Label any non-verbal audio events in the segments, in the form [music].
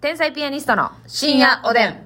天才ピアニストの深夜おでん。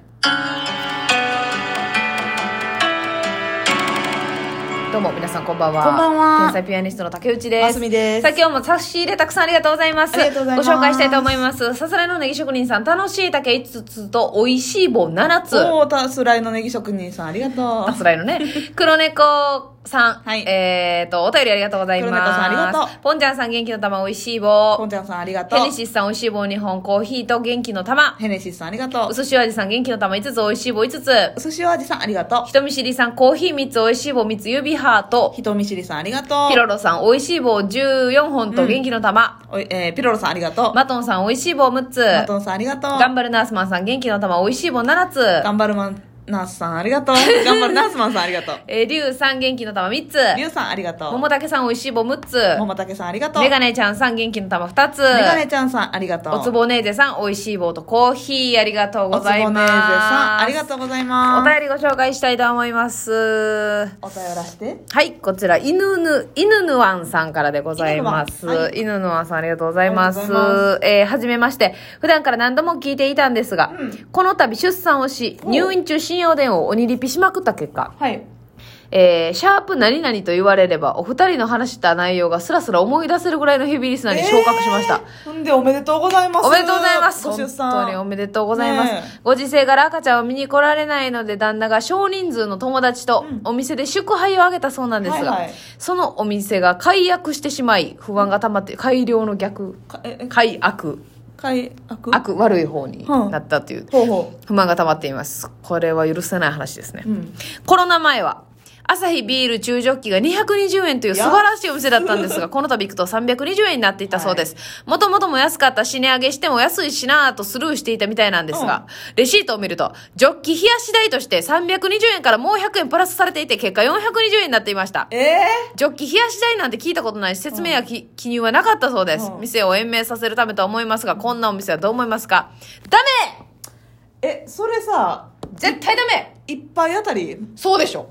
どうも皆さんこんばんは。こんばんは天才ピアニストの竹内です。ますみですさあ今日も差し入れたくさんありがとうございます。ありがとうございますご紹介したいと思います。さすらいのネギ職人さん、楽しい竹5つと美味しい棒7つ。おーたスライのネギ職人さんありがとあうつらいのね。 [laughs] 黒猫さん。はいえーと、お便りありがとうございます。黒猫さんありがとうポンちゃんさん元気の玉美味しいポ棒ン。ちゃんさんありがとうヘネシスさん美味しい棒2本、コーヒーと元気の玉。ヘネシスさんありがとううすしお味さん元気の玉5つ、美味しい棒5つ。寿司お味さんありがと人見知りさんコーヒー3つ、美味しい棒3つ、指ハートう。人見知りさんありがとうピロロさん美味しい棒14本と元気の玉。おいえーピロロさんありがとうマトンさん美味しい棒6つ。マトンさんありがとう頑張るナースマンさん元気の玉、美味しい棒7つ。頑張るマンナースさんありが [laughs] とう頑張るナースマンさんありがとうえー、リュウさん元気の玉3つ。リュウさんありがとう桃竹さん美味しい棒6つ。ももたけさんありがとうメガネちゃんさん元気の玉2つ。メガネちゃんさんありがとうおつぼねーぜさん、美味しい棒とコーヒー、ありがとうございおつぼねまーす。ぜさんありがとうございまおす便りご紹介したいと思います。お便らしてはい、こちら、犬ぬ、犬ぬわんさんからでございます犬ぬわんは。い犬ぬわんさんありがとうございます。ありがとうござえーはじめまして。普段から何度も聞いていたんですが、この度出産をし、お入院中信用電話を鬼リピしまくった結果、はいえーシャープ何々と言われれば、お二人の話した内容がスラスラ思い出せるぐらいのヘビーリスナーに昇格しました。えーほんでおめでとうございますおめでとうございます。ご本出当にお産めでとうございます。ねえご時世から赤ちゃんを見に来られないので、旦那が少人数の友達とお店で祝杯をあげたそうなんですが、はいはいそのお店が解約してしまい、不安が溜まって、改良の逆、かええ改悪、快悪悪、悪い方にうんなったという、ほうほ不満が溜まっています。これは許せない話ですね。ううんコロナ前は、アサヒビール中ジョッキが220円という素晴らしいお店だったん [laughs] ですが、この度行くと320円になっていたそうです。もともとも安かったし値上げしても安いしなぁとスルーしていたみたいなんですが、レシートを見ると、ジョッキ冷やし代として320円からもう100円プラスされていて、結果420円になっていました。ええジョッキ冷やし台なんて聞いたことないし、説明やき、記入はなかったそうです。うん店を延命させるためとは思いますが、こんなお店はどう思いますかダメえそれさ絶対ダメ一杯あたりそうでしょ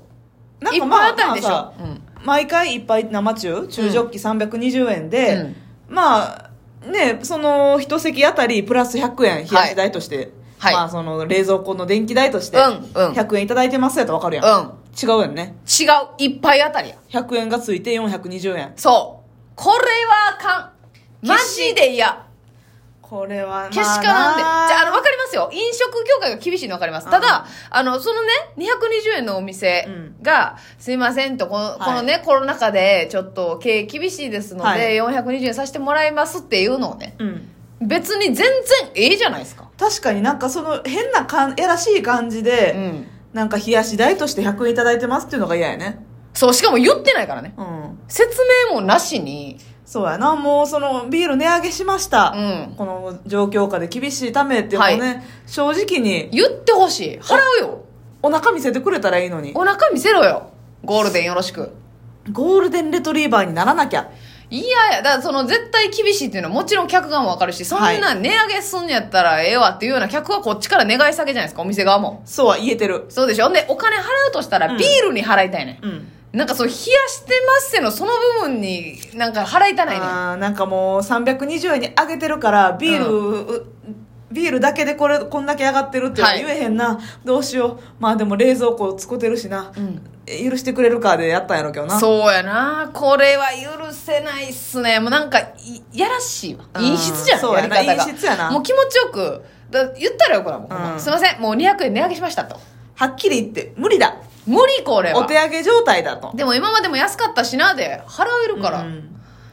なん一か杯まああたりでしょ、まあさうん毎回一杯生中中ジョッキ320円で、まあねその一席あたりプラス100円冷やし代として、はいまあその冷蔵庫の電気代としてうんうん100円いただいてますやと分かるやん、うん。違うやんね違う一杯あたりや100円がついて420円そうこれはあかんマジで嫌これはまあけしからんでじなゃああの分かりますよ飲食業界が厳しいの分かりますただあのそのね220円のお店が「すいません」とこの,、このねコロナ禍でちょっと経営厳しいですので、はい420円させてもらいますっていうのをねうん別に全然ええじゃないですか確かになんかその変なかんやらしい感じで、うんなんか冷やし代として100円いただいてますっていうのが嫌やねそうしかも言ってないからねうん説明もなしにそうやなもうそのビール値上げしました、うんこの状況下で厳しいためっていうのをね、は正直に言ってほしい払うよお腹見せてくれたらいいのにお腹見せろよゴールデンよろしくゴールデンレトリーバーにならなきゃいやいや、だからその絶対厳しいっていうのはもちろん客側もわかるし、そんな値上げすんやったらええわっていうような客はこっちから願い下げじゃないですか、お店側も。そうは言えてるそうでしょで、お金払うとしたらうんビールに払いたいね、うんん。なんかそう、冷やしてますせのその部分になんか払いたないねん。あーなんかもう320円に上げてるからビール、うビールだけでこれこんだけ上がってるっていうのははい言えへんな、どうしようまあでも冷蔵庫使ってるしな、んえ許してくれるかでやったんやろうけどなそうやなこれは許せないっすね。もうなんかい、やらしいわ。うん陰湿じゃん、そうやなやり方が陰湿やなもう気持ちよく、だ言ったらよくなもうほんま、うんすいません、もう200円値上げしましたと。はっきり言って無理だ無理これは。お手上げ状態だとでも今までも安かったしなで払えるから、うん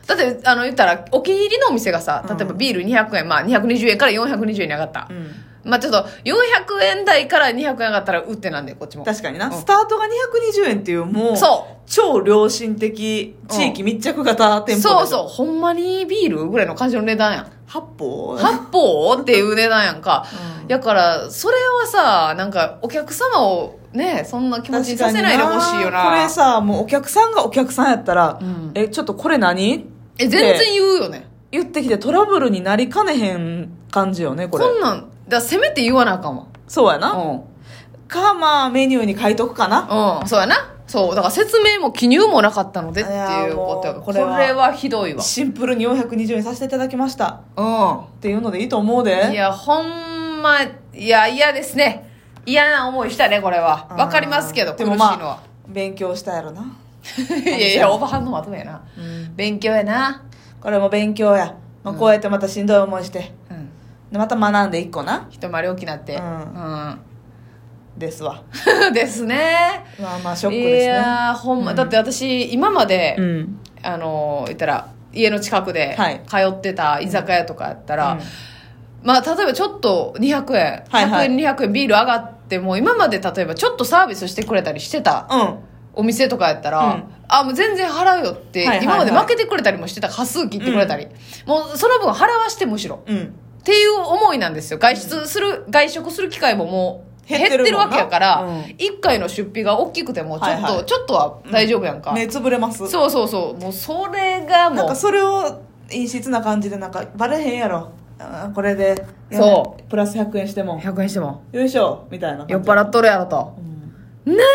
だってあの言ったらお気に入りのお店がさうん例えばビール200円、まあ、220円から420円に上がった、うんまあちょっと400円台から200円上がったらうってなんでこっちも確かにな、うんスタートが220円っていうもうそう超良心的地域密着型店舗そううそうほんまにビールぐらいの感じの値段やん八方八方っていう値段やんか、うんやからそれはさなんかお客様をねそんな気持ちにさせないでほしいよなこれさもうお客さんがお客さんやったら「うんえちょっとこれ何?」え全然言うよね言ってきてトラブルになりかねへん感じよねここれんなんだからせめて言わなあかんわそうやな、うんかまあメニューに書いとくかな、うん、そうやな。そう。だから説明も記入もなかったのでっていうこといやーもようここれれははひどいわ。シンプルに420円させていただきましたうっていうのでいいと思うでん。いや、ほんんま、いや、嫌ですね。嫌な思いしたね、これは。わかりますけど、苦しいでものまあは。勉強したやろな [laughs] いやいや、おばはんの後やな。うん勉強やな。これも勉強や、まあ、こうやってまたしんどい思いして、うん。でまた学んで一個な一回り大きなって。うんですわうん [laughs] ですね。まあまあショックですいねやーほんま、だって私、今まで、うんあのー言ったら家の近くではい通ってた居酒屋とかやったら、うんまあ、例えばちょっと200円、はいはい100円200円ビール上がっても今まで例えばちょっとサービスしてくれたりしてたうんお店とかやったら、うんあもう全然払うよって、はいはいは今まいで負けてくれたりもしてた端数切ってくれたり、もうその分払わしてむしろうんっていう思いなんですよ外出する、外食する機会ももう減減っっててるもんなるわけやから、うん一1回の出費が大きくてもちょっと、はいはいちょっとは大丈夫やんか、目つぶれますそうそうそうもうそれがなもんうかそれを陰湿な感じでなんかバレへんやろあーこれでそうプラス100円しても100円してもよいしょみたいな感じ酔っ払っとるやろとうん何が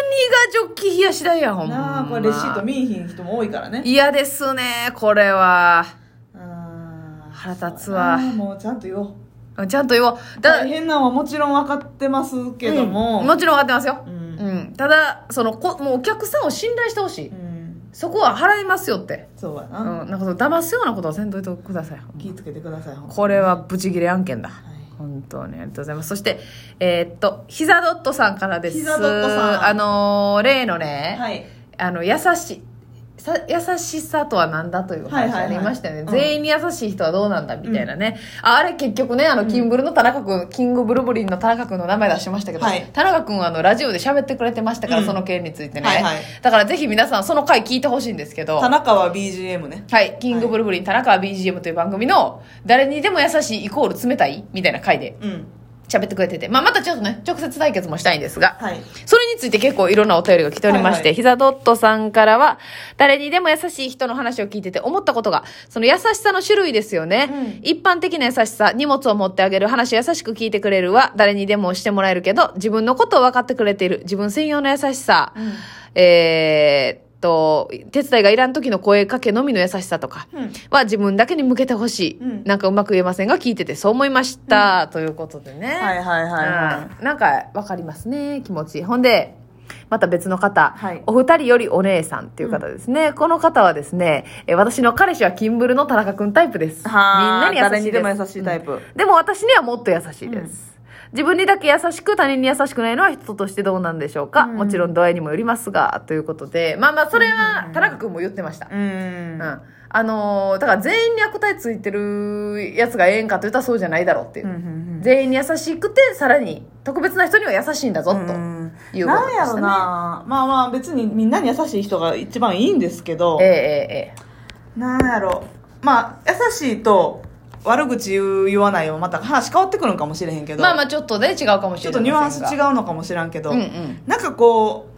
ジョッキ冷やしだやほんまなあこれレシート見いひん人も多いからね嫌ですねこれはあー腹立つわあーもうちゃんと言おうちゃんと言おう大変なんはもちろん分かってますけども、うんもちろん分かってますよ、ううんんただそのこもうお客さんを信頼してほしい、うんそこは払いますよって、そうやな、うんなんかその騙すようなことはせんといてくださいほんま気ぃつけてくださいほんまこれはブチギレ案件だ、い本当にありがとうございますそしてえーっとひざドットさんからですひざドットさんあのー例のね、はいあの優しさ優しさとは何だという話はいはいあはいりましたよね、うん全員に優しい人はどうなんだみたいなね、ああれ結局ねあのキンブルの田中君、キングブルブリンの田中君の名前出しましたけど、はい田中君はあのラジオで喋ってくれてましたから、うんその件についてね、はいはいだからぜひ皆さんその回聞いてほしいんですけど田中は BGM ねはい、キングブルブリン、田中は BGM という番組の、誰にでも優しいイコール冷たいみたいな回でうん喋ってくれてて、まあ、またちょっとね、直接対決もしたいんですが、はいそれについて結構いろんなお便りが来ておりましはいはて、いひざドットさんからは、誰にでも優しい人の話を聞いてて思ったことが、その優しさの種類ですよね。うん一般的な優しさ、荷物を持ってあげる話を優しく聞いてくれるは、誰にでもしてもらえるけど、自分のことを分かってくれている、自分専用の優しさ、えーっと、手伝いがいらん時の声かけのみの優しさとか、うんは自分だけに向けてほしい、うんなんかうまく言えませんが聞いててそう思いました、ということでねはいはいはいはうんなんかわかりますね気持ちほんでまた別の方、はいお二人よりお姉さんっていう方ですね、この方はですねえー私の彼氏はキンブルの田中君タイプですみんはなあに優しいです誰にでも優しいタイプうんでも私にはもっと優しいです、自分にだけ優しく他人に優しくないのは人としてどうなんでしょうか、うんもちろん度合いにもよりますがということでまあまあそれうはん田中君も言ってました、いうんうんあのーだから全員に悪態ついてるやつがええんかと言ったらそうじゃないだろうっていう、うん全員に優しくてさらに特別な人には優しいんだぞと、うんいうことなでしたねんやろなまあまあ別にみんなに優しい人が一番いいんですけどえええええなんやろまあ優しいと悪口言う言わないはまた話変わってくるんかもしれへんけえどまあまあちょっとね違うかもしちれょっなといニュアンス違ううのかもしらんけど、うんうんなんかこう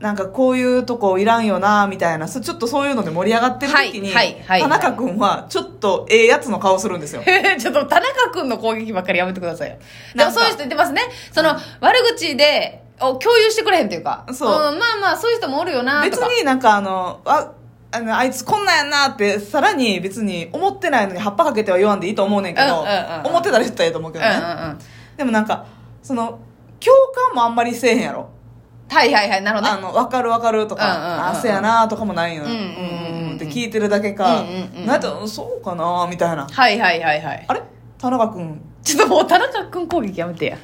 なんかこういうとこいらんよなみたいなそちょっとそういうので盛り上がってる時に、はいはいはい田中君はちょっとええやつの顔するんですよ [laughs] ちょっと田中君の攻撃ばっかりやめてくださいよでなんもかそういう人言ってますねその悪口でを共有してくれへんというかそうんまあまあそういう人もおるよなと別かになんかあのああのあいつこんなんやんなってさらに別に思ってないのに葉っぱかけては言わんでいいと思うねんけうんうんうど、んうん思ってたら言ったらええと思うけうんどね、うんうんでもなんかその共感もあんまりせえへんやろはいはいはいなるほどあねの分かる分かるとうんうんうんうんか「あせやな」とかもないのうんうんうんうんうんって聞いてるだけかうんうんうんなんとそうかなみたいなはいはいはいはいあれ田中君ちょっともう田中君攻撃やめてや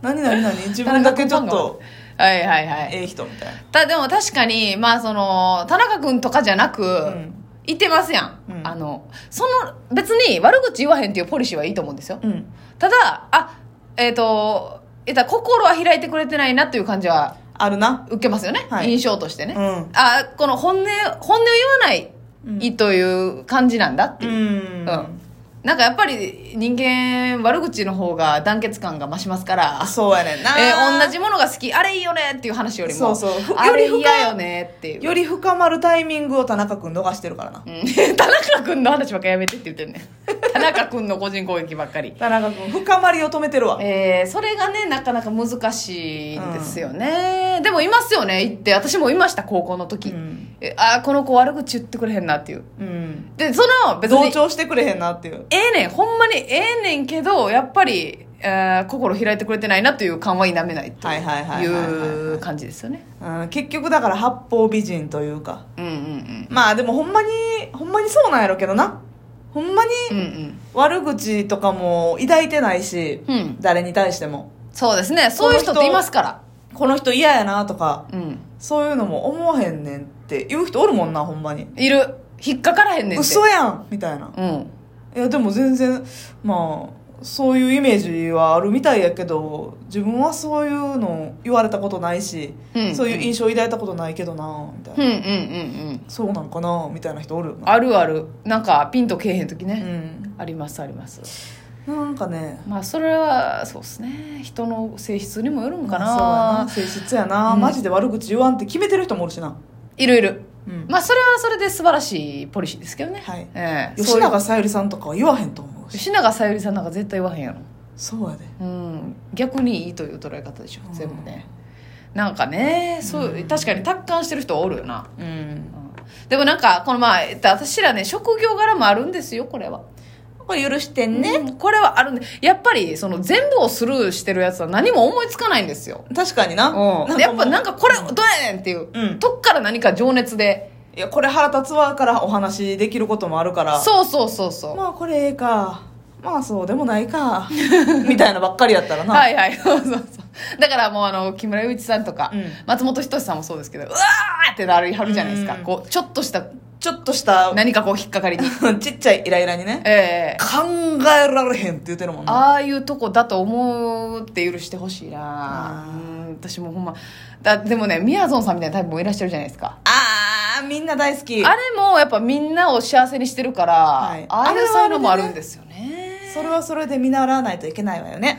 何何 [laughs] 何自分だけちょっとはいはいはいええ人みたいなたでも確かにまあその田中君とかじゃなく、んいてますやん、うんあのその別に悪口言わへんっていうポリシーはいいと思うんですよ、うんただあえっ、とえっと心は開いてくれてないなっていう感じはあるな受けますよね、はい印象としてね、うんあこの本音本音を言わなういという感じなんだってういう、んうんなんかやっぱり人間悪口の方が団結感が増しますからあそうやねんなえー同じものが好きあれいいよねっていう話よりもそうそうふあれより深い嫌よねっていうより深まるタイミングを田中君逃してるからなうん田中君の話ばっかりやめてって言ってんねん [laughs] 田中君の個人攻撃ばっかり田中君深まりを止めてるわえー、それがねなかなか難しいんですよね、でもいますよね行って私もいました高校の時、うんえあーこの子悪口言ってくれへんなっていううんでその別同に調してくれへんなっていうええねんほんまにええねんけどやっぱりえー心開いてくれてないなという感は否めないとはいはいはいはいはいはいいう感じですよね。うん結局だから八方美人というかうんうんまあでもほんまにほんまにそうなんやろうけどなほんまにうん。うんうん。悪口とかも抱いてないし、うん誰に対してもそうですね。そういう人っていますから。この人嫌やなとかうん。そういうのも思わへんねんって言う人おるもんなほんまにいる。引っかからへんねんて。嘘やんみたいなうん。いやでも全然まあそういうイメージはあるみたいやけど自分はそういうの言われたことないし、うんそういう印象抱いたことないけどなみたいな、うんうんうんうん。そうなんかなみたいな人おるよなあるある。なんか、ピンとけえへん時うね。んありますあります。なんかねまあ、それは、そうですね。人の性質にもよるんかそうやなな。性質やな、うんマジで悪口言わんって決めてる人もおるしないるいる。うんまあ、それはそれで素晴らしいポリシーですけどね。はいええ吉そういう永小百合さんとかは言わへんと思うし吉永小百合さんなんか絶対言わへんやろ。そうやでうん、逆にいいという捉え方でしょうん全部ね、なんかねそう、確かに達観してる人おるよな、うんうん、でもなんかこのまあえっと私らね職業柄もあるんですよこれは、これ許してんね、うんこれはあるんでやっぱりその全部をスルーしてるやつは何も思いつかないんですよ、確かにな,、うん、かやもっうぱなんかこれどうやねんっていう、うんとっから何か情熱でいやこれ腹立つわからお話できることもあるからそうそうそうそう、まあこれええかまあそうでもない [laughs] かみたいなばっかりやったらな、はいはい、 [laughs] そうそうそう。だからもうあの、木村祐一さんとか、うん松本人志さんもそうですけど、うわーってなるはるじゃないですか。うんこう、ちょっとした、ちょっとした何かこう引っかかりに。 [laughs] ちっちゃいイライラにねええ考えられへんって言ってるもんなああいうとこだと思うって許してほしいなあうん私もほんまだでもねみやぞんさんみたいなタイプもいらっしゃるじゃないですかあーみんな大好きあれもやっぱみんなを幸せにしてるから、はいああいあれうはあ才れでね能もあるんですよねそれはそれで見習わないといけないわよね